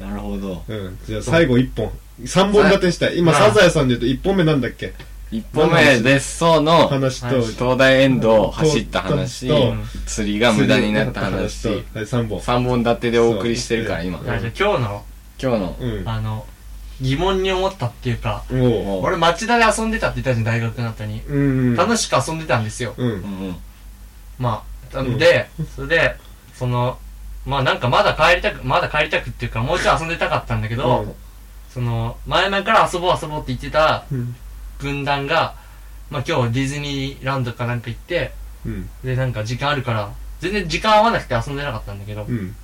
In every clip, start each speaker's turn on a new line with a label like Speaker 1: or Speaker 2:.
Speaker 1: なるほど
Speaker 2: うん。じゃあ最後1本。3本立てしたい。今、
Speaker 3: は
Speaker 2: サ
Speaker 3: い
Speaker 2: ザエさんで言うと1本目なんだっけ
Speaker 1: 一本目デッソの
Speaker 2: 話と、
Speaker 3: 話
Speaker 1: 東大エンドを走った話
Speaker 2: と
Speaker 1: 釣りが無駄になった話
Speaker 2: と、はい、3本。
Speaker 1: 3本立てでお送りしてるから今
Speaker 2: そう
Speaker 3: あじゃあ今日の、
Speaker 1: 今日の
Speaker 2: うん。
Speaker 3: あの、疑問に思ったっていうか、
Speaker 2: おう。
Speaker 3: 俺町田で遊んでたって言ったじゃん、大学の後に。
Speaker 2: うん。
Speaker 3: 楽しく遊んでたんですよ。
Speaker 2: うん
Speaker 1: う。ん
Speaker 3: まあ、なんで、それで、その、まあなんかまだ帰りたく、まだ帰りたくっていうか、もうちょい遊んでたかったんだけど、その、前々から遊ぼう遊ぼうって言ってた
Speaker 2: うん。
Speaker 3: 軍団が、まあ今日ディズニーランドかなんか行って、
Speaker 2: うん。
Speaker 3: でなんか時間あるから、全然時間合わなくて遊んでなかったんだけど
Speaker 2: う、ん。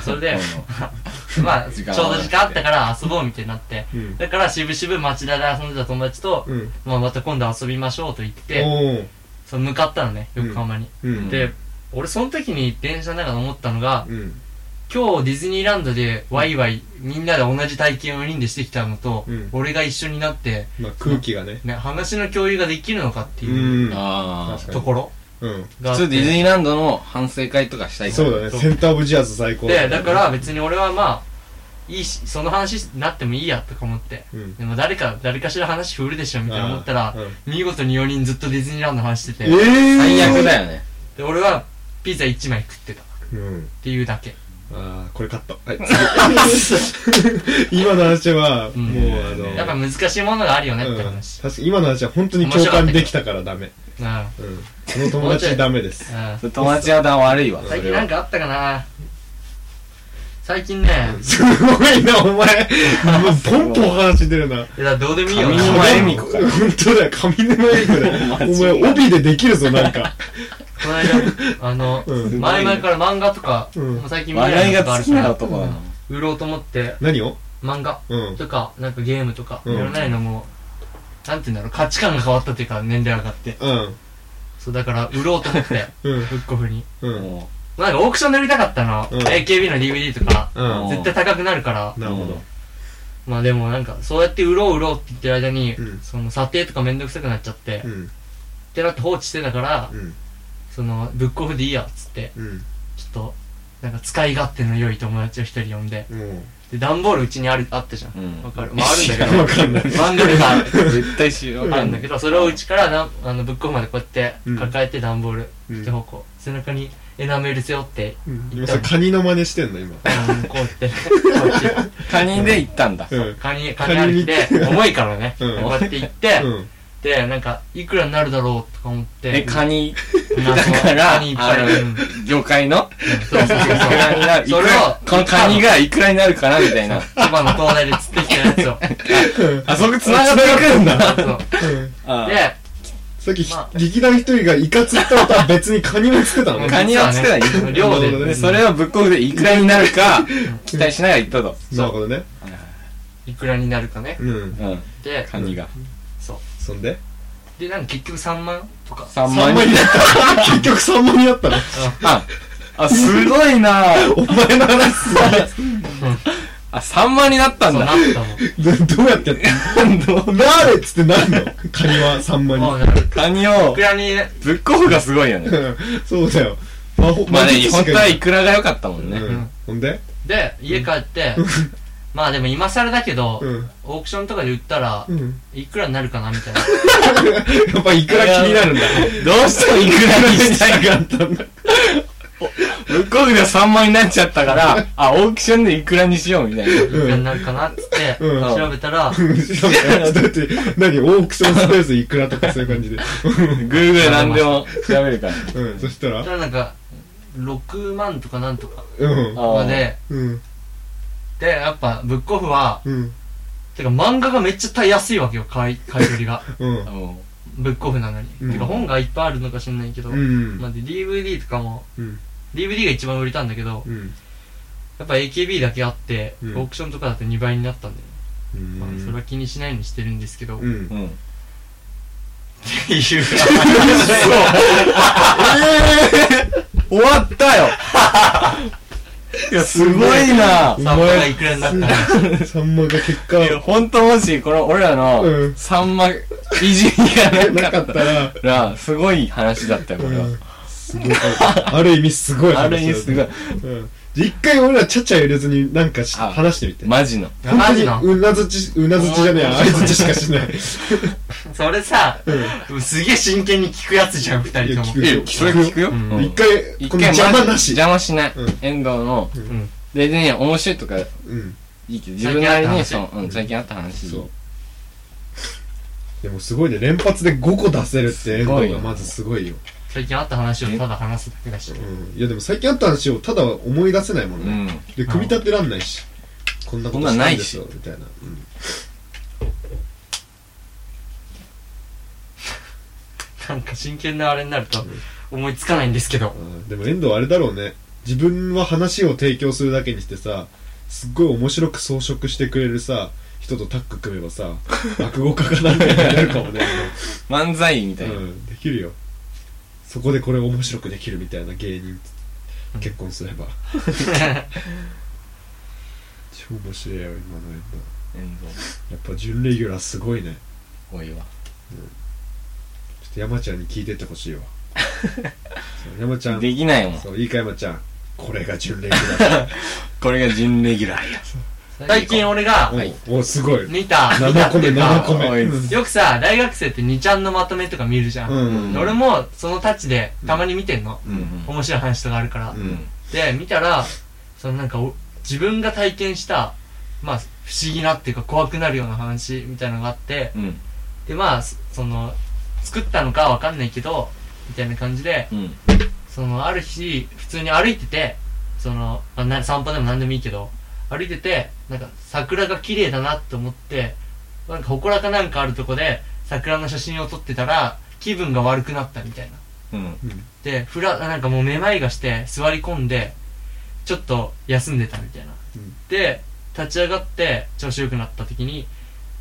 Speaker 3: それ
Speaker 1: う
Speaker 3: で
Speaker 1: ん、
Speaker 3: まあ、ち
Speaker 1: 時間
Speaker 3: ょう
Speaker 1: 合わ
Speaker 3: ど
Speaker 1: なくて
Speaker 3: 時間あったから遊ぼうみたいになって、
Speaker 2: うん。
Speaker 3: だから渋々町田で遊んでた友達と、
Speaker 2: うん。
Speaker 3: まあまた今度遊びましょうと言って、
Speaker 2: おう。
Speaker 3: その向かったのね、横浜に。
Speaker 2: うん。
Speaker 3: で、俺その時に電車の中で思ったのが、
Speaker 2: うん。
Speaker 3: 今日ディズニーランドでワイワイみんなで同じ体験を4人でしてきたのと、
Speaker 2: うん
Speaker 3: 俺が一緒になって、
Speaker 2: まあ空気がね。
Speaker 3: ね、話の共有ができるのかって
Speaker 2: う。
Speaker 3: いうん
Speaker 1: あ
Speaker 2: 確
Speaker 1: あ
Speaker 2: かに
Speaker 3: ところ
Speaker 2: うん。
Speaker 3: があ
Speaker 1: 普通
Speaker 3: って。
Speaker 1: ディズニーランドの反省会とかしたいから
Speaker 2: そうだね。センターオブジアーズ最高
Speaker 3: で、だか、ら別に俺はまあ、いいし、その話になってもいいやとか思って。
Speaker 2: うん。
Speaker 3: でも誰か、誰かしら話振るでしょみたいな思ったら、
Speaker 2: うん
Speaker 3: 見事に4人ずっとディズニーランドの話して
Speaker 2: え
Speaker 3: て、
Speaker 2: ー
Speaker 1: 最悪だよね
Speaker 3: で、俺はピザ1枚食ってたっ
Speaker 2: うん。
Speaker 3: ていうだけ。
Speaker 2: ああ、これカット。はい、 次 今の話は、
Speaker 3: ん
Speaker 2: もうあの、
Speaker 3: やっぱ難しいものがあるよね
Speaker 2: う
Speaker 3: っ
Speaker 2: ん、
Speaker 3: て
Speaker 2: 確
Speaker 3: 話。
Speaker 2: かに今の話は本当に共感できたからダメ。
Speaker 3: うん。うん。
Speaker 2: うん。この友達ダメです。
Speaker 1: 友達はだ悪いわそ
Speaker 3: 最
Speaker 1: れ
Speaker 3: 近な
Speaker 1: は
Speaker 3: んかあったかな最近ね、
Speaker 2: すごいな、お前。もうポンポン話出るな。
Speaker 3: いや、どうでもいいよ
Speaker 1: 上
Speaker 3: な。
Speaker 1: 沼恵美子か
Speaker 2: 本当だよ、上沼恵美子だよ。お前、帯でできるぞ、なんか。
Speaker 3: この間、あの、
Speaker 2: うん
Speaker 3: 前々から漫画とか、
Speaker 2: うん
Speaker 3: もう最近見な
Speaker 1: 笑
Speaker 3: い
Speaker 1: い
Speaker 3: の
Speaker 1: が
Speaker 3: とかあ
Speaker 1: 好
Speaker 3: る
Speaker 1: き
Speaker 3: か
Speaker 1: な
Speaker 3: ら、
Speaker 1: 男だな
Speaker 3: 売ろうと思って、
Speaker 2: 何を
Speaker 3: 漫画
Speaker 2: うん。
Speaker 3: とか、なんかゲームとか、
Speaker 2: うん
Speaker 3: やらないのも、なんて言うんだろう、価値観が変わったっていうか、年齢上がって。
Speaker 2: うん。
Speaker 3: そう、だから、売ろうと思って、
Speaker 2: うん。
Speaker 3: ブックオフに。
Speaker 2: うん。
Speaker 1: も
Speaker 3: なんかオークションで売りたかったの。
Speaker 2: うん
Speaker 3: AKB の DVD とか、
Speaker 2: うん。
Speaker 3: 絶対高くなるから。
Speaker 2: なるほど。
Speaker 3: まあでもなんか、そうやって売ろう売ろうって言ってる間に、
Speaker 2: うん
Speaker 3: その査定とかめんどくさくなっちゃって、
Speaker 2: う
Speaker 3: っ
Speaker 2: ん。
Speaker 3: てなって放置してたから
Speaker 2: う、ん。
Speaker 3: その、ブックオフでいいやっつって、
Speaker 2: うん。
Speaker 3: ちょっと、なんか使い勝手の良い友達を一人呼んで、
Speaker 2: も
Speaker 3: で、段ボールうちにある、あったじゃん。
Speaker 1: ううん
Speaker 3: わかる。まああるんだけ
Speaker 2: う。わかんない。
Speaker 3: ど、漫画でがある。
Speaker 1: 絶対知ら
Speaker 3: あるん
Speaker 1: ん
Speaker 3: だけど、それをうちからな、あの、ブックオフまでこうやって
Speaker 2: うん
Speaker 3: 抱えて段ボール、
Speaker 2: うん
Speaker 3: 一方向、背中にエナメル背 負って、
Speaker 2: うん今さ、カニの真似してんの、今。
Speaker 3: あのこうやって、こうやって、
Speaker 1: カニで行ったんだ
Speaker 2: うん。
Speaker 3: カニ、カニ歩きで、重いからね、
Speaker 2: うん
Speaker 3: こうやって行って、
Speaker 2: うん。
Speaker 3: で、なんか、いくらになるだろうとか思って。
Speaker 1: えカニ
Speaker 3: なん
Speaker 1: だから
Speaker 3: カニいっぱいある。
Speaker 1: あの
Speaker 3: うん
Speaker 1: 業界の
Speaker 3: そうそうそ
Speaker 1: い
Speaker 3: う
Speaker 1: くらになるい
Speaker 3: そ
Speaker 1: く
Speaker 3: れを
Speaker 1: ら、このカニがいくらになるかなみたいな
Speaker 3: 千葉の東大で釣ってきたやつを。
Speaker 1: あそこ繋がってくるんだ
Speaker 3: そう
Speaker 2: うん
Speaker 1: あー
Speaker 3: で、
Speaker 2: さっきひ、
Speaker 3: まあ
Speaker 2: 劇団一人がイカ釣ったことは別にカニもつけたの
Speaker 3: うん
Speaker 1: カニはつけない
Speaker 3: 実はね量
Speaker 2: なるほど
Speaker 1: で
Speaker 2: ね
Speaker 3: で、
Speaker 1: それをぶっこフでいくらになるか期待しながら行ったと
Speaker 2: なるほどね。
Speaker 3: いくらになるかね。
Speaker 2: うん。
Speaker 1: うん
Speaker 3: で、
Speaker 1: カニが
Speaker 3: そう。
Speaker 2: そんで
Speaker 3: で、なんか結局3万とか。
Speaker 1: 3
Speaker 2: ?3
Speaker 1: 万
Speaker 2: 万
Speaker 1: 人
Speaker 2: になった。結局3万になったの。
Speaker 1: ああすごいな
Speaker 2: お前の話すご
Speaker 1: あ3万になったん
Speaker 3: そうな
Speaker 1: だ
Speaker 3: ったもん。
Speaker 2: い。どどうやってやったのなーれっつってなんの カニは3万
Speaker 3: も う
Speaker 2: に。
Speaker 3: なんかい
Speaker 1: カニを
Speaker 3: くらに、
Speaker 1: ぶっこフがすごいよね
Speaker 2: うんそうだよ。魔法
Speaker 1: まあね、本当はい
Speaker 2: い
Speaker 1: くらが良かったもん
Speaker 2: う
Speaker 1: ね。
Speaker 2: ん。ほんで
Speaker 3: で、家帰って、 まあでも今更だけど
Speaker 2: う、ん。
Speaker 3: オークションとかで売ったら
Speaker 2: う、ん。
Speaker 3: いくらになるかなみたいな。
Speaker 2: やっぱいくら気になるんだ。
Speaker 1: どうしてもいくらにしたい
Speaker 2: があ
Speaker 1: か。
Speaker 2: った んだ。
Speaker 1: ブックオフで3万になっちゃったから、あ、オークションでいくらにしようみたいな。
Speaker 3: いくらになるかなっつって、
Speaker 2: うん
Speaker 3: 調べた
Speaker 2: だ
Speaker 3: ら、
Speaker 2: って、何オークションスペースいくらとかそういう感じで。
Speaker 1: Google で何でも調べるから。
Speaker 2: うん。そしたら
Speaker 3: ただなんか、6万とかなんとか
Speaker 2: うん。
Speaker 3: まで、
Speaker 2: うん。
Speaker 3: で、やっぱ、ブックオフは、
Speaker 2: うん。
Speaker 3: てか漫画がめっちゃた安いわけよ、買い、買い取 りが。
Speaker 2: うん
Speaker 1: あ。も
Speaker 3: ブックオフなのに。
Speaker 2: うん
Speaker 3: てか本がいっぱいあるのか知んないけど、
Speaker 2: うん。
Speaker 3: まあで DVD とかも、
Speaker 2: うん。
Speaker 3: DVD が一番売れたんだけど、
Speaker 2: うん。
Speaker 3: やっぱ AKB だけあって、
Speaker 2: うん
Speaker 3: オークションとかだと2倍になったんだよね。
Speaker 2: う
Speaker 3: まあ、それは
Speaker 2: ん。
Speaker 3: 気にしないようにしてるんですけど、
Speaker 2: う
Speaker 3: っ
Speaker 2: ん
Speaker 1: う。うん。
Speaker 3: ていうか、
Speaker 1: 終わったよいや、すごいな
Speaker 3: サンマがいくらになったら、
Speaker 2: サンマが結果
Speaker 1: いや、ほんともし、この俺らの
Speaker 2: うん
Speaker 1: 3万いじりが
Speaker 2: な
Speaker 1: な
Speaker 2: か
Speaker 1: か
Speaker 2: っ
Speaker 1: ったた
Speaker 2: ら、
Speaker 1: ら、すごい話だったよ、これは。
Speaker 2: うんすごいある意味すごい話だ
Speaker 1: ある意味すごい
Speaker 2: うんじゃあ一回俺らちゃちゃ入れずになんかし
Speaker 1: あ
Speaker 2: 話してみて。
Speaker 1: マジの。
Speaker 3: あマジな
Speaker 2: 本当にうなずち、うなずちじゃねえ、
Speaker 3: お
Speaker 2: あ
Speaker 3: 前
Speaker 2: いづちしかしない。
Speaker 3: それさ、すげえ真剣に聞くやつじゃん、二人とも。
Speaker 2: いや聞
Speaker 1: それ聞くよ。
Speaker 3: うん
Speaker 1: うん
Speaker 2: 一回、
Speaker 1: 一
Speaker 2: こ
Speaker 1: 回マ
Speaker 2: の
Speaker 1: ジ
Speaker 2: 邪魔なし。
Speaker 1: 邪魔しない
Speaker 2: うん。
Speaker 1: 遠藤の、
Speaker 3: うん。
Speaker 1: で、ね、面白いとか
Speaker 2: うん。
Speaker 1: いいけど、自分なりに、
Speaker 3: 最近
Speaker 1: そ
Speaker 3: あ
Speaker 1: の、うん、最近あった話。
Speaker 2: そう。でもすごいね、連発で5個出せるって遠
Speaker 1: すごい
Speaker 2: 藤
Speaker 1: よ
Speaker 2: がまずすごいよ。
Speaker 3: 最近あった話をただ話すだけだし。
Speaker 2: うん。いやでも最近あった話をただ思い出せないもん
Speaker 1: う
Speaker 2: ね。
Speaker 1: ん。
Speaker 2: で、組み立てらんないし。こんなことしたんですよ、みたいな。うん
Speaker 3: なんか真剣なあれになると思いつかないんですけど。
Speaker 2: あーでも遠藤あれだろうね自分は話を提供するだけにしてさすっごい面白く装飾してくれるさ人とタッグ組めば さ落語家かなんかになるか もね、
Speaker 1: 漫才みた
Speaker 2: う
Speaker 1: いな。
Speaker 2: ん、できるよそこでこれ面白くできるみたいな芸人結婚すれ ば超面白いよ今の遠藤
Speaker 1: 遠藤、す
Speaker 2: やっぱ準レギュラーすごいね
Speaker 1: ごいわ。
Speaker 2: ちょっと山ちゃんに聞いてってほ しいわそう山ちゃん
Speaker 1: できないもん。
Speaker 2: そういいか山ちゃんこれが準レギュラー
Speaker 1: これが準レギュラーや。
Speaker 3: 最近俺が
Speaker 2: お、うおうすごい
Speaker 3: 見た、見
Speaker 2: 7
Speaker 3: たっ
Speaker 2: 個
Speaker 3: て
Speaker 2: 目
Speaker 3: いうか
Speaker 2: 7個目
Speaker 1: おい
Speaker 2: うん
Speaker 3: よくさ、大学生って2ちゃんのまとめとか見るじゃん。
Speaker 2: うん
Speaker 3: で俺もそのタッチでたまに見てんの。
Speaker 1: うんうん。
Speaker 3: 面白い話とかあるから。
Speaker 1: うん。
Speaker 3: で、見たら、そのなんかお、自分が体験した、まあ、不思議なっていうか怖くなるような話みたいなのがあって、
Speaker 1: うん。
Speaker 3: で、まあ、そその、作ったのかわかんないけど、みたいな感じで、
Speaker 1: うん。
Speaker 3: その、ある日、普通に歩いてて、その、まあ、な散歩でも何でもいいけど、歩いてて、なんか、桜が綺麗だなって思って、なんか、祠かなんかあるとこで、桜の写真を撮ってたら、気分が悪くなったみたいな。
Speaker 1: うん。
Speaker 3: で、ふら、なんかもうめまいがして、座り込んで、ちょっと休んでたみたいな。
Speaker 2: うん
Speaker 3: で、立ち上がって、調子良くなった時に、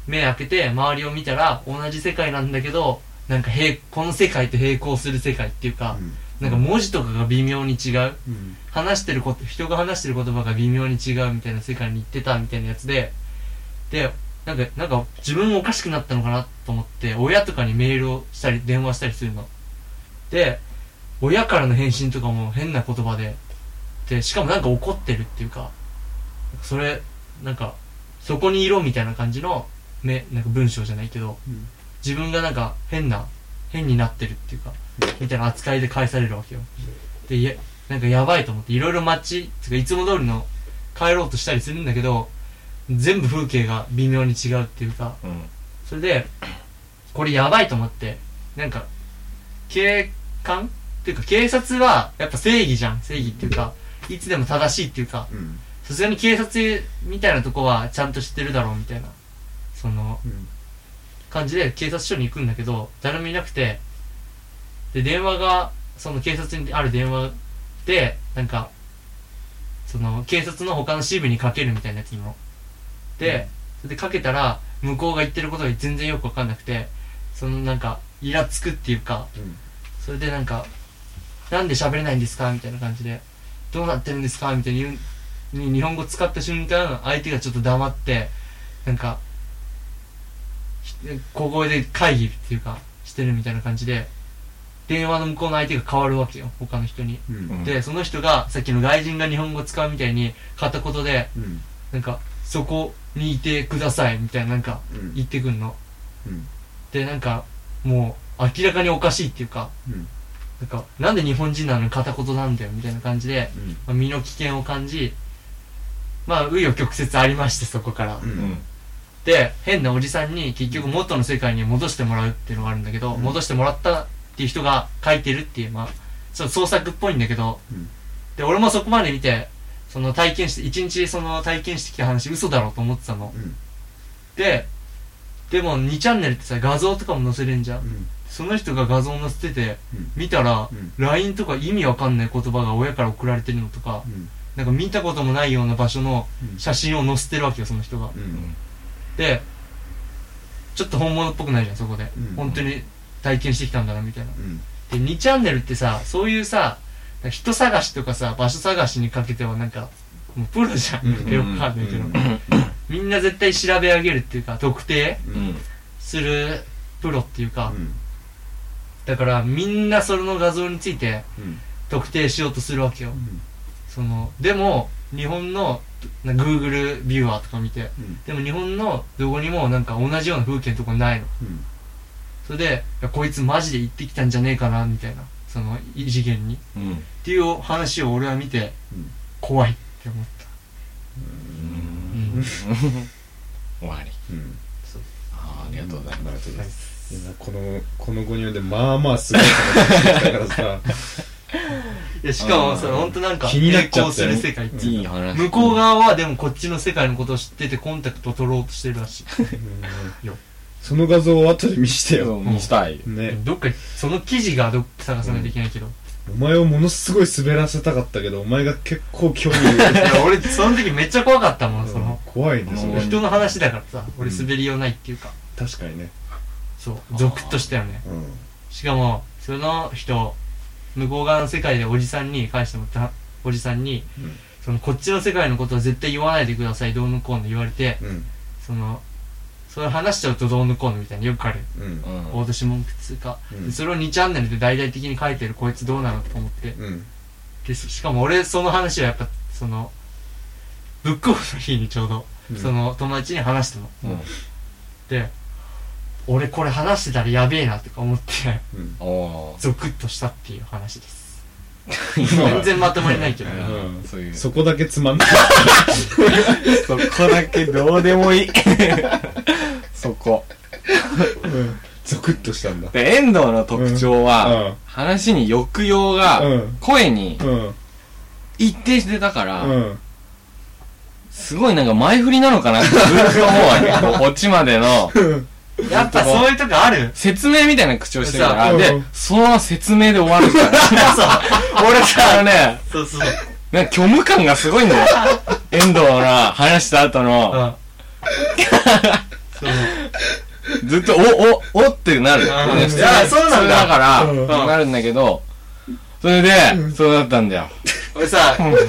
Speaker 3: 目開けて、周りを見たら、同じ世界なんだけど、なんか平、この世界と並行する世界っていうか、なんか文字とかが微妙に違う。
Speaker 2: うん
Speaker 3: 話してること、人が話してる言葉が微妙に違うみたいな世界に行ってたみたいなやつで、で、なんか、なんか自分もおかしくなったのかなと思って、親とかにメールをしたり、電話したりするの。で、親からの返信とかも変な言葉で、で、しかもなんか怒ってるっていうか、それ、なんか、そこにいろみたいな感じの、め、なんか文章じゃないけど、
Speaker 2: うん
Speaker 3: 自分がなんか変な、変になってるっていうか、みたいな扱いで返されるわけよ。で、いや、なんかやばいと思って、いろいろ街、つかいつも通りの帰ろうとしたりするんだけど、全部風景が微妙に違うっていうか、
Speaker 1: うん。
Speaker 3: それで、これやばいと思って、なんか、警官っていうか警察はやっぱ正義じゃん。正義っていうか、いつでも正しいっていうか、
Speaker 2: うん
Speaker 3: さすがに警察みたいなとこはちゃんと知ってるだろうみたいな、その、
Speaker 2: うん
Speaker 3: 感じで警察署に行くんだけど誰もいなくてで電話がその警察にある電話でなんかその警察の他の支部にかけるみたいなやつにもで、それでかけたら向こうが言ってることが全然よくわかんなくてそのなんかイラつくっていうか
Speaker 2: うん
Speaker 3: それでなんか「なんで喋れないんですか?」みたいな感じで「どうなってるんですか?」みたいに言うに日本語使った瞬間相手がちょっと黙ってなんかひ小声で会議っていうかしてるみたいな感じで電話の向こうの相手が変わるわけよ他の人に、
Speaker 2: うん
Speaker 3: でその人がさっきの外人が日本語使うみたいに片言で
Speaker 2: うん
Speaker 3: なんかそこにいてくださいみたいななんか
Speaker 2: うん
Speaker 3: 言ってくんの
Speaker 2: うん
Speaker 3: でなんかもう明らかにおかしいっていうか
Speaker 2: うん
Speaker 3: なんかなんで日本人なのに片言なんだよみたいな感じで、
Speaker 2: うん
Speaker 3: まあ身の危険を感じまあ紆余曲折ありましてそこから、
Speaker 2: うん
Speaker 1: うん。
Speaker 3: で変なおじさんに結局元の世界に戻してもらうっていうのがあるんだけど、
Speaker 2: うん
Speaker 3: 戻してもらったっていう人が書いてるっていうまあちょっと創作っぽいんだけど、
Speaker 2: うん
Speaker 3: で俺もそこまで見てその体験して一日その体験してきた話嘘だろうと思ってたの
Speaker 2: うん
Speaker 3: ででも2チャンネルってさ画像とかも載せれんじゃんその人が画像載せてて、
Speaker 2: うん
Speaker 3: 見たら、
Speaker 2: うん
Speaker 3: LINE とか意味わかんない言葉が親から送られてるのとか、
Speaker 2: うん
Speaker 3: なんか見たこともないような場所の写真を載せてるわけよその人が
Speaker 2: うん
Speaker 3: でちょっと本物っぽくないじゃんそこで、
Speaker 2: うん
Speaker 3: 本当に体験してきたんだなみたいな
Speaker 2: うん
Speaker 3: で2チャンネルってさそういうさ人探しとかさ場所探しにかけてはなんかもうプロじゃん、
Speaker 2: うん
Speaker 3: よくわかんないけど、
Speaker 2: うん
Speaker 3: みんな絶対調べ上げるっていうか特定
Speaker 1: うん。
Speaker 3: するプロっていうか、
Speaker 2: うん
Speaker 3: だからみんなその画像について特定しようとするわけよ、そのでも日本のな Google ビューアーとか見て
Speaker 2: うん
Speaker 3: でも日本のどこにもなんか同じような風景のとこないの
Speaker 2: うん
Speaker 3: それでいやこいつマジで行ってきたんじゃねえかなみたいなその異次元にっ
Speaker 1: うん。
Speaker 3: ていう話を俺は見て、
Speaker 2: うん
Speaker 3: 怖いって思った
Speaker 1: うん。終わり。
Speaker 2: うん
Speaker 1: あーありがとうございます。
Speaker 2: ありがとうございます
Speaker 3: す
Speaker 2: いやこのこの5人でまあまあすごい話してきたからさ
Speaker 3: いやしかも
Speaker 1: あ
Speaker 3: さ
Speaker 1: ー
Speaker 3: 本当なんか
Speaker 2: 気になっちゃったよ
Speaker 3: する世界って
Speaker 1: いい話。
Speaker 3: 向こう側はでもこっちの世界のことを知っててコンタクトを取ろうとしてるらしい
Speaker 2: うん
Speaker 3: よ
Speaker 2: その画像を後で見してよ
Speaker 1: うん見したい。
Speaker 2: ね
Speaker 3: どっかその記事がどっか探さないといけないけど、
Speaker 2: お前をものすごい滑らせたかったけどお前が結構興味を持っ
Speaker 3: い
Speaker 2: て
Speaker 3: や俺その時めっちゃ怖かったも
Speaker 2: た
Speaker 3: んその
Speaker 2: 怖いねそ
Speaker 1: うん
Speaker 2: れ
Speaker 3: 人の話だからさ俺滑りようないっていうか、
Speaker 2: 確かにね
Speaker 3: そうゾクッとしたよね
Speaker 2: うん
Speaker 3: しかもその人向こう側の世界でおじさんに返してもらったおじさんに、
Speaker 2: うん
Speaker 3: そのこっちの世界のことは絶対言わないでくださいどうのこうの言われて
Speaker 2: うん
Speaker 3: そのそれ話しちゃうとどうのこうのみたいによくある
Speaker 2: うん
Speaker 1: うん。
Speaker 3: 大年文句っつうか、
Speaker 2: うん
Speaker 3: それを2チャンネルで大々的に書いてるこいつどうなのと思って
Speaker 2: うん
Speaker 3: でししかも俺その話はやっぱそのブックオフの日にちょうど、その友達に話したの
Speaker 1: うん。
Speaker 3: で俺これ話してたらやべえなとか思って
Speaker 2: うん
Speaker 1: おー
Speaker 3: ゾクッとしたっていう話 です
Speaker 2: 今
Speaker 3: 全然まとまりない けど
Speaker 2: ん
Speaker 1: うん。そういう。
Speaker 2: そこだけつまんない
Speaker 1: そこだけどうでもいい。そこ。
Speaker 2: うんゾクッとしたんだ
Speaker 1: で、遠藤の特徴は、話に抑揚
Speaker 2: う
Speaker 1: が、
Speaker 2: ん
Speaker 1: 声に
Speaker 2: うん
Speaker 1: 一定してたか
Speaker 2: う
Speaker 1: ら、
Speaker 2: んうん
Speaker 1: すごいなんか前振りなのかなってずっと思うわけ。こうオチまでの
Speaker 3: やっぱそういうとこあ る
Speaker 1: 説明みたいな口をしてるか
Speaker 2: う
Speaker 1: ら、
Speaker 2: ん
Speaker 1: で、そのまま説明で終わるから。俺さ、あのね、
Speaker 3: そうそう
Speaker 1: なんか虚無感がすごいんだよ。遠藤のな話した後
Speaker 3: う
Speaker 1: の、
Speaker 3: んそう
Speaker 1: ずっと、お、お、おってなる。
Speaker 3: あー
Speaker 1: で普通に
Speaker 3: あーそうなんだ
Speaker 1: 普通から、
Speaker 2: うん
Speaker 1: なるんだけど、それで、そうだったんだよ。
Speaker 3: 俺さ
Speaker 1: うん
Speaker 3: いや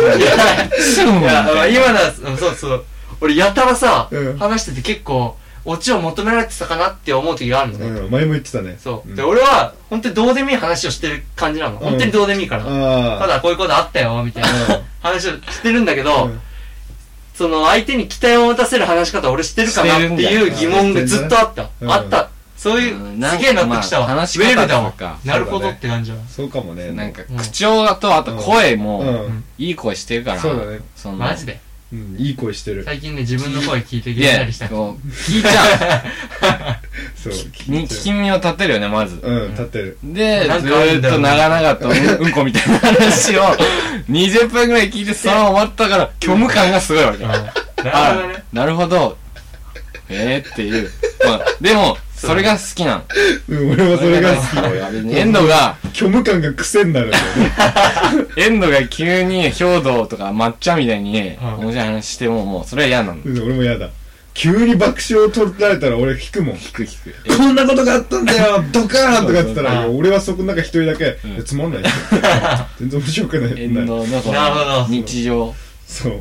Speaker 1: シュン
Speaker 3: いや、まあ今のは、うんそうそう。俺、やたらさ、
Speaker 2: うん
Speaker 3: 話してて結構、オチを求められてたかなって思う時があるのね。
Speaker 2: うん前も言ってたね
Speaker 3: そう。
Speaker 2: ん
Speaker 3: で、俺は、本当にどうでもいい話をしてる感じなの。本当にどうでもいいから。た
Speaker 2: あ
Speaker 3: だ、こういうことあったよ、みたい
Speaker 2: あ
Speaker 3: な話をしてるんだけど、
Speaker 2: うん
Speaker 3: その、相手に期待を持たせる話し方俺してるかなっていう疑問がずっとあった。
Speaker 2: うん
Speaker 3: あった。そういうう、
Speaker 1: んなん
Speaker 3: すげえ納得したわ。
Speaker 1: まあ話し
Speaker 3: ウ
Speaker 1: 方
Speaker 3: ェルだ
Speaker 1: と
Speaker 3: わ
Speaker 1: か。
Speaker 3: なるほ
Speaker 2: そうだ
Speaker 3: ど
Speaker 2: ね
Speaker 3: って感じは。
Speaker 2: そうかもね
Speaker 1: なんか
Speaker 3: うん
Speaker 1: 口調と、あと声
Speaker 2: う
Speaker 1: も、
Speaker 2: ん
Speaker 1: いい声してるから、
Speaker 2: そうだね
Speaker 1: その
Speaker 3: マジで。
Speaker 2: うんいい声してる
Speaker 3: 最近ね、自分の声聞いてげんな
Speaker 1: で
Speaker 3: りした、。
Speaker 1: こう、聞いちゃう。
Speaker 2: そう
Speaker 1: に聞き耳を立てるよね、まず。
Speaker 2: うん立ってる
Speaker 1: で、
Speaker 3: なん
Speaker 1: ず
Speaker 3: かある
Speaker 1: ー
Speaker 3: ん
Speaker 1: っ
Speaker 3: だよ
Speaker 1: と
Speaker 3: ね
Speaker 1: 長々とうんうんこみたいな話を20分くらい聞いてそのまま終わったから虚無感がすごいわけ。
Speaker 3: うん
Speaker 1: あ
Speaker 3: なるほどね。
Speaker 1: なるほど。えーっていう。まあ、でも、それが好きなの。
Speaker 2: うん俺はそれが好き
Speaker 1: だからエンドが、
Speaker 2: 虚無感が癖になるんだよね
Speaker 1: エンドが急に兵道とか抹茶みたいに
Speaker 3: うん
Speaker 1: 面白い話してももうそれは嫌なの。
Speaker 2: うん俺も嫌だ急に爆笑を取られたら俺引くもん
Speaker 1: 聞く聞く。
Speaker 2: こんなことがあったんだよ ドカーンとか言ってた
Speaker 3: そうそう
Speaker 2: ら、
Speaker 3: そう
Speaker 2: 俺はそこの中一人だけ、
Speaker 1: うん
Speaker 2: いやつま んないですよ全然面白くない。
Speaker 1: エンドのこ
Speaker 3: なるほど
Speaker 1: の日常、
Speaker 2: そう。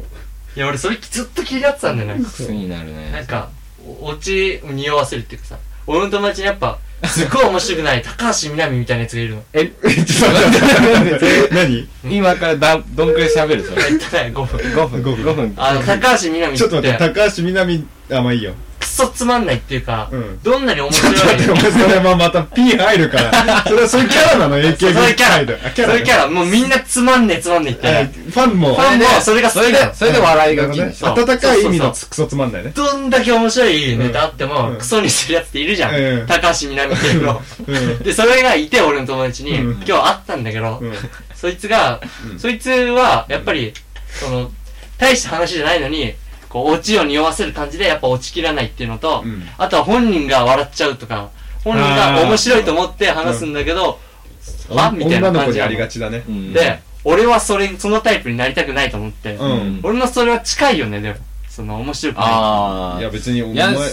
Speaker 3: いや、俺それずっと気になってたんだよね。
Speaker 1: 癖になる
Speaker 3: なん
Speaker 1: ね。
Speaker 3: か、お落ちを匂わせるっていうかさ、俺の友達にやっぱ、すごい面白くない高橋みなみみたいなやつがいる の。
Speaker 1: え、
Speaker 2: え、ちょっと待って。何
Speaker 1: 今からだどんくらい喋るそれ。
Speaker 3: えっとね、5分。
Speaker 1: 5分、
Speaker 2: 5分
Speaker 1: 5分。
Speaker 3: あの、高橋みなみ
Speaker 2: ちょっと
Speaker 3: っ
Speaker 2: 待って、
Speaker 3: て、
Speaker 2: 高橋みなみ、あ、まあいいよ。
Speaker 3: くそつまんないっていうか
Speaker 2: うん、
Speaker 3: どんなに面
Speaker 2: ちょっと待っ
Speaker 3: 白い
Speaker 2: て、お前それはまた P 入る から。それはそういうキャラなの ?AKB
Speaker 3: そういうキャ
Speaker 2: だ。
Speaker 3: ラ、そういうキャラ、もうみんなつまんねえつまんねえ
Speaker 2: あ
Speaker 3: って、
Speaker 2: ファンも
Speaker 3: フ、ァンもそれが
Speaker 1: そ
Speaker 3: 好き
Speaker 1: れで
Speaker 3: なの、。
Speaker 1: それで笑いが起きるんでしょ。
Speaker 3: そう
Speaker 2: 温かい意味の
Speaker 3: そ
Speaker 2: クソつまんないね。
Speaker 3: どんだけ面白いネタあって
Speaker 2: うん
Speaker 3: も、クソにしてるやつっているじゃ
Speaker 2: うん
Speaker 3: ん。高橋みなみっていうの。
Speaker 2: うん。
Speaker 3: で、それがいて、俺の友達に、
Speaker 2: うん
Speaker 3: 今日会ったんだけど、
Speaker 2: うん。
Speaker 3: そいつが、
Speaker 2: うん
Speaker 3: そいつは、やっぱり、その、大した話じゃないのに、こう、落ちを匂わせる感じで、やっぱ落ちきらないっていうのと、
Speaker 2: うん
Speaker 3: あとは本人が笑っちゃうとか、本人
Speaker 2: あ
Speaker 3: が
Speaker 2: ー
Speaker 3: 面白いと思って話すんだけど、あみたい
Speaker 2: 女
Speaker 3: な
Speaker 2: の
Speaker 3: 感
Speaker 2: 子に
Speaker 3: じ
Speaker 2: あ
Speaker 3: な
Speaker 2: り
Speaker 3: の
Speaker 2: がちだね。
Speaker 1: うん
Speaker 3: で、、俺はそれ、そのタイプになりたくないと思って、
Speaker 2: うん
Speaker 3: 俺のそれは近いよね、でも。その、面白くない。
Speaker 1: ああ。
Speaker 2: いや、別にお
Speaker 1: いや、、
Speaker 2: 前そんな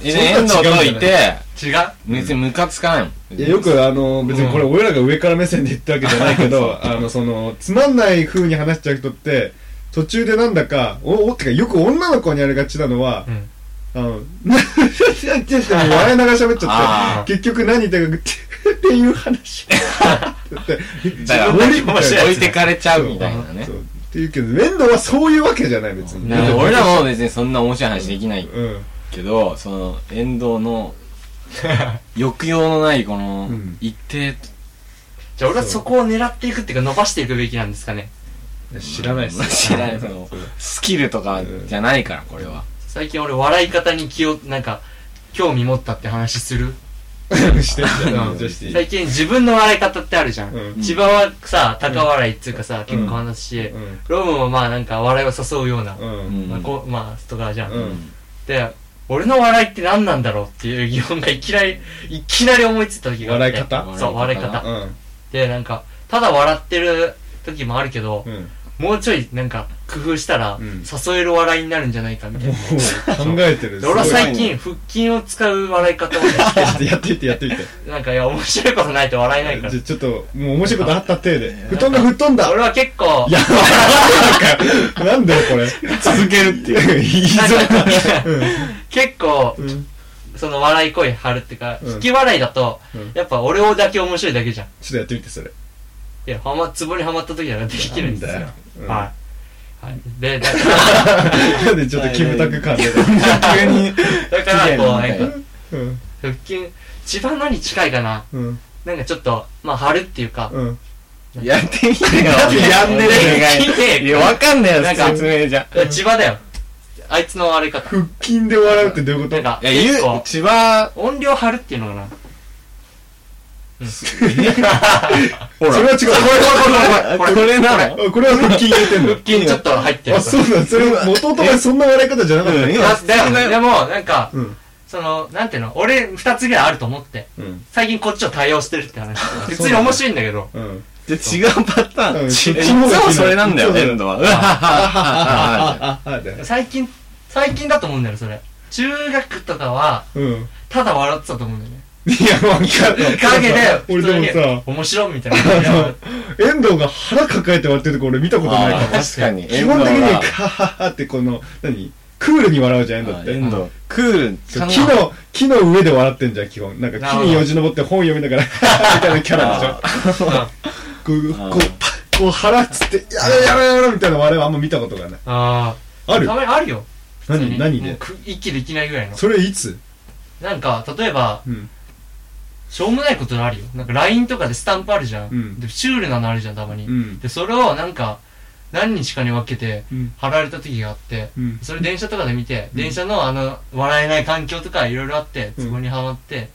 Speaker 2: 違
Speaker 1: 遠
Speaker 2: うん
Speaker 1: 藤
Speaker 2: じゃな
Speaker 1: と
Speaker 2: い
Speaker 1: いて、
Speaker 3: 違う
Speaker 1: 別にムカつかないもん。
Speaker 2: いやよくあの別にこれ
Speaker 3: う
Speaker 2: 俺らが上から目線で言ったわけじゃないけどあのそのつまんない風に話しちゃう人って途中でなんだかおおってかよく女の子にありがちなのは
Speaker 3: うん。
Speaker 2: あのな笑いながら喋っちゃ
Speaker 1: あー
Speaker 2: って結局何言ってるかってっていう話って言って
Speaker 1: だから、置
Speaker 2: 自分
Speaker 1: い
Speaker 2: で
Speaker 1: て置いてかれちゃうみたいなね
Speaker 2: そう。って言うけど、面倒はそういうわけじゃない、別に。
Speaker 1: な俺らも別にそんな面白い話できない
Speaker 2: うん。
Speaker 1: けど、その、遠藤 の、抑揚のない、この
Speaker 2: うん、
Speaker 1: 一定、
Speaker 3: じゃあ俺はそこを狙っていくっていうか伸ばしていくべきなんですかね。
Speaker 2: 知らないっす。
Speaker 1: 知らない、その、スキルとかじゃないから、これは。
Speaker 3: 最近俺笑い方に気を、なんか、興味持ったって話する。
Speaker 2: してんじゃ
Speaker 3: うん
Speaker 2: ん。女子
Speaker 3: 最近自分の笑い方ってあるじゃん。
Speaker 2: うん
Speaker 3: 千葉はさ、高笑いっていうかさ、結構話すし、
Speaker 2: うん。
Speaker 3: ロムもまあなんか笑いを誘うような、
Speaker 2: う。
Speaker 1: うんん
Speaker 3: まあ、こうまあ、とかじゃん,、
Speaker 2: うん
Speaker 3: で、俺の笑いって何なんだろうっていう疑問がいきなり、いきなり思いついた時があって。
Speaker 2: 笑い方
Speaker 3: そう、笑い
Speaker 1: 笑い
Speaker 3: 方。
Speaker 2: うん。
Speaker 3: で、なんか、ただ笑ってる時もあるけど、
Speaker 2: うん。
Speaker 3: もうちょいなんか工夫したら、
Speaker 2: うん
Speaker 3: 誘える笑いになるんじゃないかみたいな。
Speaker 2: 考えてる。
Speaker 3: で俺は
Speaker 2: すごい
Speaker 3: 最近腹筋を使う笑い方 をね
Speaker 2: やってみて、やってみて。
Speaker 3: なんかいや面白いことないと笑えないか
Speaker 2: じゃ
Speaker 3: ら
Speaker 2: あちょっと、もう面白いことあった体で。布団が吹っ飛んだ
Speaker 3: 俺は結構
Speaker 2: いや、なんだよ、これ。続けるっていう。いいぞ。
Speaker 3: 結構
Speaker 2: うん。
Speaker 3: その笑い声張るっていうか、
Speaker 2: うん
Speaker 3: 引き笑いだと、
Speaker 2: うん
Speaker 3: やっぱ俺をだけ面白いだけじゃん
Speaker 2: ちょっとやってみて、それ。
Speaker 3: いやはまツボにはまった時なんかできるんですよ
Speaker 2: なんだよ
Speaker 3: はい、はい、でだか
Speaker 2: なんでちょっとキムタク感で。
Speaker 1: 急に、
Speaker 3: ら だか
Speaker 1: 綺麗
Speaker 3: らこう
Speaker 1: な
Speaker 3: なん
Speaker 1: だよ
Speaker 3: か
Speaker 2: うん。
Speaker 3: 腹筋一番何近いかな
Speaker 2: うん。
Speaker 3: なんかちょっとまあ張るっていうか、
Speaker 2: うん。
Speaker 1: やってみてよ。
Speaker 2: やんね
Speaker 3: 聞いて
Speaker 1: いや、わかんないよ、
Speaker 3: なんか
Speaker 1: 説明じゃ。
Speaker 3: いや千葉だよあいつの笑い方
Speaker 2: 腹筋で笑うってどういうこ
Speaker 3: なん
Speaker 2: と
Speaker 3: か
Speaker 1: いや、言
Speaker 3: 結
Speaker 1: う
Speaker 3: 構、
Speaker 1: 千葉、
Speaker 3: 音量張るっていうのかな
Speaker 1: ほら。
Speaker 2: それは違う。
Speaker 1: これ、これなの
Speaker 2: あこれは腹筋入れてんの
Speaker 3: 腹筋ちょっと入ってる
Speaker 2: あ、そうだ。それ、元々はそんな笑い方じゃなかった
Speaker 1: うん
Speaker 2: ね
Speaker 1: 今
Speaker 3: だだよねでもなんか、
Speaker 2: うん。
Speaker 3: そのなんていうの俺二つぐらいあると思って
Speaker 2: うん。
Speaker 3: 最近こっちを対応してるって話普
Speaker 2: そう
Speaker 3: 通に面白いんだけど
Speaker 2: うん。
Speaker 1: じゃあ違うパターン。
Speaker 2: うん
Speaker 1: いつ
Speaker 2: そっちの方が
Speaker 1: もそれなんだよ、
Speaker 2: そう
Speaker 1: エンドは。うわはははは。
Speaker 2: あ、あ、あ、
Speaker 3: 最近最近だと思うんだよそれ中学とかは
Speaker 2: うん。
Speaker 3: ただ笑ってたと思うんだよね
Speaker 2: いや、わかんない。
Speaker 3: 影で
Speaker 2: 俺
Speaker 3: 普通に
Speaker 2: でもさ、
Speaker 3: 面白いみたいな
Speaker 2: 遠藤が腹抱えて笑ってるとこ俺見たことないか
Speaker 1: あ
Speaker 2: ら。
Speaker 1: ー確かに。
Speaker 2: 基本的
Speaker 1: エンド
Speaker 2: に、
Speaker 1: は
Speaker 2: カハハってこの、何クールに笑うじゃん、遠藤
Speaker 1: あ
Speaker 2: っ
Speaker 1: エン
Speaker 2: て。
Speaker 1: ド、クール、
Speaker 2: そう木の、木の上で笑ってんじゃん、基本。なんか木によじ登って本読みながら、みたいなキャラでしょ。こう、
Speaker 1: あー
Speaker 2: こう、パッ、こう腹つって、やれやれやれみたいな笑いはあんま見たことがない。
Speaker 3: あ
Speaker 2: あ
Speaker 3: あ
Speaker 2: る
Speaker 3: たまにあるよ普通
Speaker 2: 何
Speaker 3: に
Speaker 2: 何
Speaker 3: もう
Speaker 2: で
Speaker 3: く息できないぐらいの
Speaker 2: それいつ
Speaker 3: なんか例えば
Speaker 2: うん。
Speaker 3: しょうもないことあるよなんか LINE とかでスタンプあるじゃん、
Speaker 2: うん
Speaker 3: でシュールなのあるじゃんたまに、
Speaker 2: うん。
Speaker 3: でそれをなんか何日かに分けて
Speaker 2: うん。
Speaker 3: 貼られた時があって
Speaker 2: うん。
Speaker 3: それ電車とかで見て、
Speaker 2: うん
Speaker 3: 電車のあの笑えない環境とかいろいろあって
Speaker 2: うん
Speaker 3: ツボにはまって、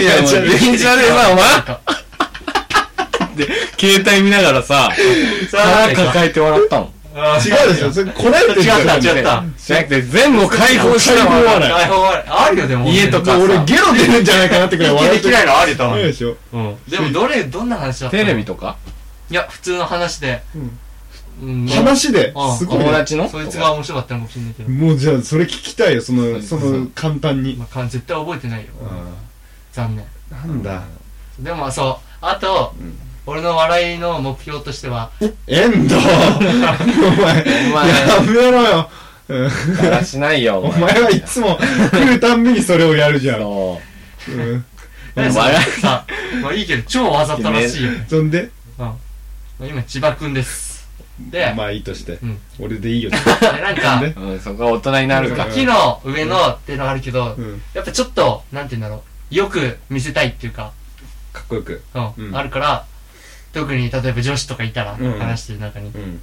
Speaker 1: いや、じゃあ電車でさ、お前携帯見ながらさ、腹
Speaker 3: え
Speaker 1: 抱えて笑ったの。
Speaker 2: 違うでしょそれ、こらえてる
Speaker 3: 違
Speaker 2: じゃん。
Speaker 3: った違った
Speaker 1: じゃなくて、全部解放したの
Speaker 2: 解放笑い
Speaker 3: 台本あるあるよでも
Speaker 1: 家とか
Speaker 2: もう俺ゲロ出るんじゃないかなってくらい
Speaker 3: 息
Speaker 2: 笑
Speaker 3: で
Speaker 2: って
Speaker 3: き
Speaker 2: る。
Speaker 3: ないのあるよ多
Speaker 2: そう
Speaker 3: 分
Speaker 2: でしょ
Speaker 3: うんでもどれどんな話だったの
Speaker 1: テレビとか
Speaker 3: いや普通の話で、
Speaker 2: うん
Speaker 3: うん
Speaker 2: 話で
Speaker 3: ああ、
Speaker 2: すごい
Speaker 1: 友
Speaker 2: ね。
Speaker 1: 達の
Speaker 3: そいつが面白かったのかもしれないけど、
Speaker 2: もうじゃあ、それ聞きたいよ、その、
Speaker 1: そ
Speaker 2: そう
Speaker 1: そう
Speaker 2: の、簡単に。
Speaker 3: まあ、かん絶対覚えてないよ
Speaker 2: あ
Speaker 3: 残念
Speaker 2: ーなんだ。
Speaker 3: でもそうあと、俺の笑いの目標としては
Speaker 2: 遠藤お前、
Speaker 1: お前
Speaker 2: やめろよ。うん
Speaker 1: だらしないよ、
Speaker 2: お前はいつも来るたんびにそれをやるじゃん。
Speaker 1: そ
Speaker 2: うん
Speaker 1: う。
Speaker 3: ね
Speaker 1: お
Speaker 3: そ
Speaker 1: 前
Speaker 3: のさ、まあいいけど、超わざとらしいよね。
Speaker 2: そんで、
Speaker 3: うん今、千葉くんです。で、
Speaker 2: まあいいとして
Speaker 3: うん。
Speaker 2: 俺でいいよ。
Speaker 3: でなんか、
Speaker 2: ね
Speaker 1: うん、そこは大人になるか。
Speaker 3: 木の上のってのがあるけど
Speaker 2: う、ん。
Speaker 3: やっぱちょっと、なんて言うんだろう、よく見せたいっていうか、
Speaker 2: かっこよく。
Speaker 3: う
Speaker 2: うん
Speaker 3: ん、あるから、特に例えば女子とかいたら、
Speaker 2: うん
Speaker 3: 話してる中に。っ
Speaker 2: うん。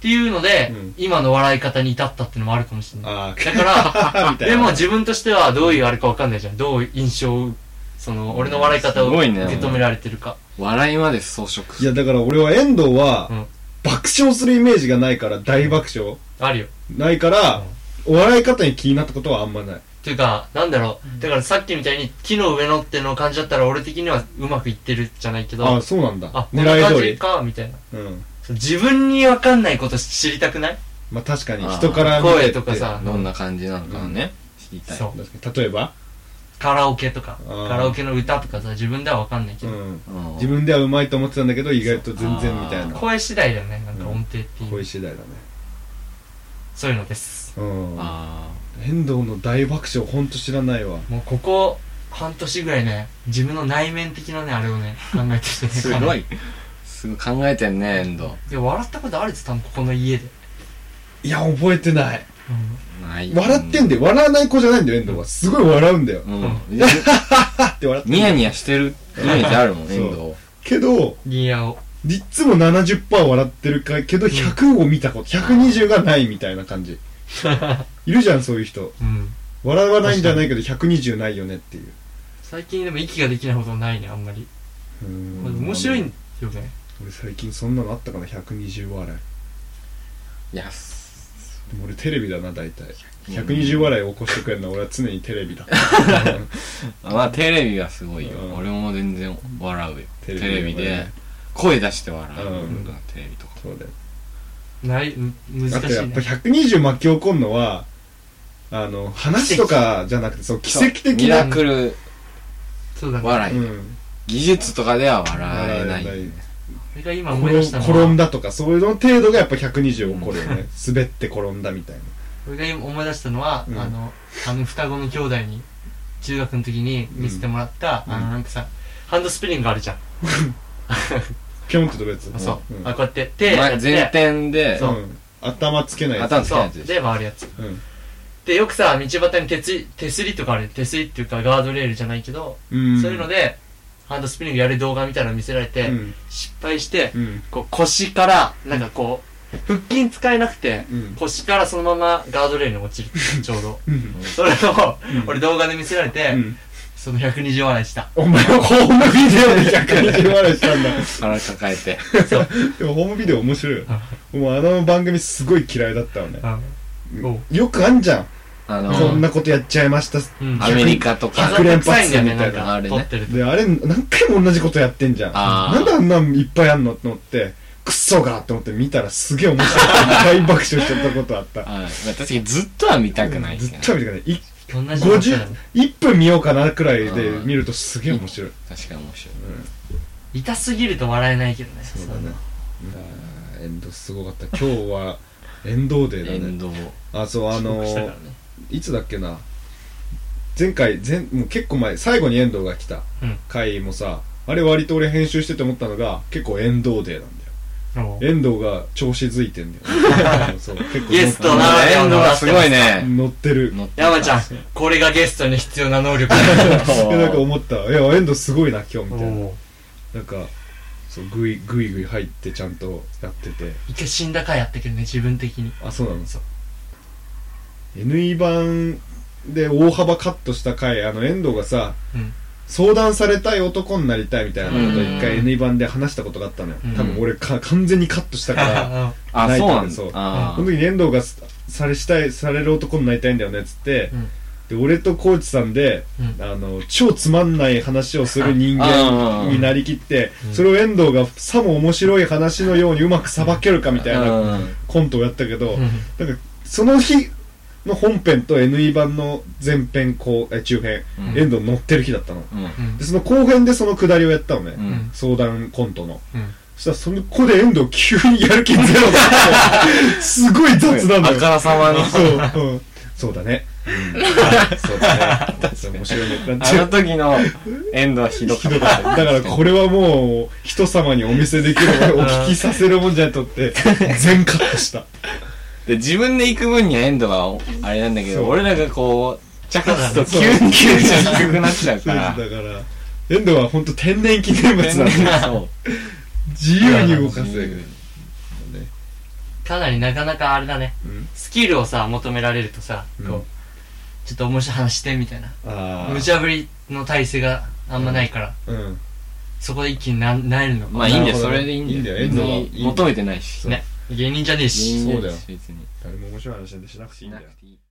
Speaker 3: ていうので
Speaker 2: うん、
Speaker 3: 今の笑い方に至ったってのもあるかもしれない。
Speaker 2: あ
Speaker 3: だから、
Speaker 2: あ、みたいな。
Speaker 3: でも、自分としてはどういうあれかわかんないじゃん。どういう印象を、その、俺の笑い方を
Speaker 1: す
Speaker 3: 受
Speaker 1: ご
Speaker 3: け
Speaker 1: いね
Speaker 3: 止められてるか。
Speaker 1: 笑いまで装飾
Speaker 2: いやだから俺は遠藤は
Speaker 3: うん、
Speaker 2: 爆笑するイメージがないから、大爆笑。
Speaker 3: あるよ。
Speaker 2: ないから、お笑い方に気になったことはあんまない。
Speaker 3: っていうか、なんだろう。だからさっきみたいに木の上のっての感じだったら俺的にはうまくいってるじゃないけど、
Speaker 2: ああ、そうなんだ
Speaker 3: あ。こんな
Speaker 2: 狙い
Speaker 3: 感
Speaker 2: 通
Speaker 3: じ
Speaker 2: り。
Speaker 3: か、みたいな。
Speaker 2: うん。
Speaker 3: そう自分にわかんないこと知りたくない
Speaker 2: まあ確かに
Speaker 1: あー
Speaker 2: 人から見て
Speaker 3: 声とかさ
Speaker 1: どんな感じなのかね、知りたい。
Speaker 3: そう。
Speaker 2: 確かに例えば、
Speaker 3: カラオケとか、
Speaker 2: あー
Speaker 3: カラオケの歌とかさ、自分ではわかんないけ
Speaker 2: う
Speaker 3: ど、
Speaker 2: ん、
Speaker 1: うん
Speaker 2: 自分ではうまいと思ってたんだけど意外と全然みたいな
Speaker 3: 声次第だよね、なんか
Speaker 2: うん
Speaker 3: 音程っていう。
Speaker 2: 恋次第だね
Speaker 3: そういうのです。
Speaker 2: うん
Speaker 1: あ
Speaker 2: 遠藤の大爆笑ほんと知らないわ
Speaker 3: もうここ、半年ぐらいね、自分の内面的なね、あれをね、考えてきてね。
Speaker 1: あ。すご
Speaker 3: い。
Speaker 1: い。すごい考えてんね、エンド。
Speaker 3: で笑ったことあるっつったのここの家で、
Speaker 2: いや、覚えてない。
Speaker 1: ない
Speaker 2: 笑ってんだよ。笑わない子じゃないんだよ、遠藤は。すごい笑うんだよ。
Speaker 1: う
Speaker 3: うんん。
Speaker 2: あって笑ってん
Speaker 1: ニ
Speaker 2: だよ
Speaker 1: ヤニヤしてるイメージあるもん、
Speaker 2: そう
Speaker 1: エンド。
Speaker 2: けど、
Speaker 3: うん、ニヤを
Speaker 2: いっつも70%笑ってるか、けど100を見たこと、120がないみたいな感じ。いるじゃん、そういう人。
Speaker 3: うん
Speaker 2: 笑わないんじゃないけど、120ないよねっていう。
Speaker 3: 最近でも息ができないほどないねあんまり、
Speaker 2: うーん
Speaker 3: まあ面白いんよね
Speaker 2: 俺最近そんなのあったかな、120笑い。
Speaker 1: いや、す
Speaker 2: でも俺テレビだな、大体。120笑いを起こしてくれるのは俺は常にテレビ だ。
Speaker 1: まあ、テレビはすごいよ
Speaker 2: う。ん
Speaker 1: 俺も全然笑うよ。テ
Speaker 2: テレビ
Speaker 1: レビで
Speaker 2: ね、
Speaker 1: 声出して笑う。
Speaker 2: うん
Speaker 1: 僕はテレビとか。
Speaker 2: そうだよ。
Speaker 3: ないむ
Speaker 2: あ
Speaker 3: 難
Speaker 2: と
Speaker 3: しい
Speaker 2: やっ
Speaker 3: ね
Speaker 2: ぱ120巻き起こるのは、あの、話とかじゃなくて、そう、奇跡的
Speaker 1: ミ
Speaker 2: な。
Speaker 1: ラクル
Speaker 3: そうだねこ
Speaker 1: 笑い。
Speaker 2: うん。
Speaker 1: 技術とかでは笑えない。
Speaker 2: 笑えない
Speaker 3: れが今思い出したの
Speaker 2: 転
Speaker 3: は
Speaker 2: 転んだとか、そういうの程度がやっぱ120起こるよ ね。滑って転んだみたいな。
Speaker 3: 俺が今思い出したのは、
Speaker 2: うん
Speaker 3: あのあの双子の兄弟に中学の時に見せてもらった、
Speaker 2: うん
Speaker 3: あのなんかさハンドスプリングあるじゃん、
Speaker 2: ピョンって飛ぶやつ。
Speaker 3: そう、
Speaker 2: ん
Speaker 3: あこうやって手や
Speaker 1: 前
Speaker 3: って
Speaker 1: 前転で
Speaker 3: そ、う
Speaker 2: うん頭つけないやつ。
Speaker 1: 頭つけ
Speaker 3: そ
Speaker 1: ないやつ
Speaker 3: う
Speaker 1: でし
Speaker 3: で回るやつ
Speaker 2: うん。
Speaker 3: でよくさ道端に手すり手すりとかある手すりっていうかガードレールじゃないけど、
Speaker 2: うん
Speaker 3: そういうのでハンドスプリングやる動画みたいなの見せられて、
Speaker 2: うん。
Speaker 3: 失敗して、
Speaker 2: うん。
Speaker 3: こう腰からなんかこう腹筋使えなくて、
Speaker 2: うん
Speaker 3: 腰からそのままガードレールに落 ちるちょうど
Speaker 2: うん。
Speaker 3: それを、俺動画で見せられて、
Speaker 2: うん
Speaker 3: その120笑いした
Speaker 2: お前はホームビデオで120笑いしたんだ。
Speaker 1: 腹抱えて。
Speaker 3: そう、
Speaker 2: でもホームビデオ面白いよ。もうあの番組すごい嫌いだったのね。
Speaker 3: うん、おう
Speaker 2: よくあんじゃん。
Speaker 1: あの、
Speaker 2: こんなことやっちゃいました。
Speaker 3: うん
Speaker 1: アメリカとか
Speaker 2: 100。連発
Speaker 3: 臭いんだよね
Speaker 2: みたいな
Speaker 3: なんか
Speaker 1: あれね
Speaker 3: 撮ってると
Speaker 2: で、あれ何回も同じことやってんじゃん。
Speaker 1: あー
Speaker 2: なんであんなんいっぱいあんのって思って、クソがって思って見たらすげえ面白い。大爆笑しちゃったことあった。
Speaker 1: はいまあ確かにずっとは見たくない
Speaker 2: ず
Speaker 1: す
Speaker 2: っ
Speaker 1: ね。
Speaker 2: と見てくれ
Speaker 3: 同じことだよ
Speaker 2: 50
Speaker 3: ね、
Speaker 2: 1分見ようかなくらいで見るとすげえ面白い。
Speaker 1: 確かに面白い。
Speaker 3: 痛すぎると笑えないけどね
Speaker 2: そうだね。エンドすごかった。今日は、エンドデー
Speaker 1: エ
Speaker 2: だ
Speaker 1: ン
Speaker 2: ね。
Speaker 1: ドを。
Speaker 2: あ、そう、あ
Speaker 3: あ
Speaker 2: の
Speaker 3: の
Speaker 2: ー、いつだっけな前回前もう結構前最後に遠藤が来た
Speaker 3: うん
Speaker 2: 回もさ、あれ割と俺編集してて思ったのが結構遠藤デーなんだよ
Speaker 3: おう
Speaker 2: 遠藤が調子づいてんだよそう結構
Speaker 3: ゲスト
Speaker 2: 乗っ
Speaker 3: な
Speaker 1: エンドがすごいね。
Speaker 2: 乗ってる
Speaker 1: 乗ってた
Speaker 3: 山ちゃん、これがゲストに必要な能力だ
Speaker 1: そう
Speaker 2: えなんか思ったいや遠藤すごいな今日みたいな
Speaker 3: おう
Speaker 2: なんかそうグイグイグイ入ってちゃんとやってて
Speaker 3: 一回死んだ回やったけどね自分的に
Speaker 2: あそうなの
Speaker 3: そう
Speaker 2: NE 版で大幅カットした回あの遠藤がさ
Speaker 3: うん
Speaker 2: 相談されたい男になりたいみたいなことを一回
Speaker 1: うん
Speaker 2: N 版で話したことがあったのよ、
Speaker 3: うん
Speaker 2: 多分俺か完全にカットしたから
Speaker 1: あ、
Speaker 2: ない
Speaker 1: そう
Speaker 2: から
Speaker 1: なんだ
Speaker 2: そう。
Speaker 1: あ
Speaker 2: その時に遠藤がすされしたいされる男になりたいんだよねっつって、で俺とコーチさんで、
Speaker 3: うん
Speaker 2: あの超つまんない話をする人
Speaker 1: あ
Speaker 2: 間
Speaker 1: ー
Speaker 2: になりきって、
Speaker 3: うん
Speaker 2: それを遠藤がさも面白い話のようにうまくさばけるかみたいな
Speaker 1: ー
Speaker 2: コントをやったけど、
Speaker 3: うん
Speaker 2: なんかその日の本編と NE 版の前編後え中編、
Speaker 1: うん
Speaker 2: 遠藤乗ってる日だったの
Speaker 1: うん。
Speaker 3: う
Speaker 2: でその後編でその下りをやったのね、
Speaker 1: うん
Speaker 3: ん
Speaker 2: 相談コントの
Speaker 3: うん
Speaker 2: そしたらその子で遠藤急にやる気ゼロだってすごい雑なんだ
Speaker 1: あ
Speaker 2: よ
Speaker 1: からさま に。
Speaker 2: そう、うん、そうだね、そうだね面白いねなん
Speaker 1: あ
Speaker 2: て
Speaker 1: の時のエンドはひど
Speaker 2: ひ
Speaker 1: か
Speaker 2: ど
Speaker 1: っ
Speaker 2: か
Speaker 1: た
Speaker 2: っ。ただからこれはもう人様にお見せできるお聞きさせるもんじゃないとって全カットした
Speaker 1: で、自分で行く分にはエンドがあれなんだけ
Speaker 2: そ
Speaker 1: ど、
Speaker 2: う
Speaker 1: 俺らがこう、ちゃかすと
Speaker 2: そう
Speaker 1: 急に急じゃ低くなっちゃう
Speaker 2: そ
Speaker 1: か
Speaker 2: うだ
Speaker 1: ら
Speaker 2: か。ら遠藤は本当天然記念物なんだ
Speaker 1: そう
Speaker 2: 自由に動かせ
Speaker 1: 自由
Speaker 2: る
Speaker 1: に
Speaker 3: かなりなかなかあれだね
Speaker 2: うん
Speaker 3: スキルをさ求められるとさこう、
Speaker 2: うん
Speaker 3: ちょっと面白い話してみたいな
Speaker 2: あ
Speaker 3: 無
Speaker 2: あ
Speaker 3: 茶ぶりの体制があんまないから、
Speaker 2: うん
Speaker 3: そこで一気にななえるの
Speaker 1: まあいいんだよ、
Speaker 2: なる
Speaker 1: そ
Speaker 2: ほどね
Speaker 1: れでいいんだよ。
Speaker 2: いいんだよ
Speaker 1: 別に求めてないし。
Speaker 3: ね芸人じゃねえし
Speaker 1: いいん
Speaker 2: そうだよ
Speaker 1: 別に。
Speaker 2: 誰も面白い話なんてしなくていいんだよ
Speaker 1: い。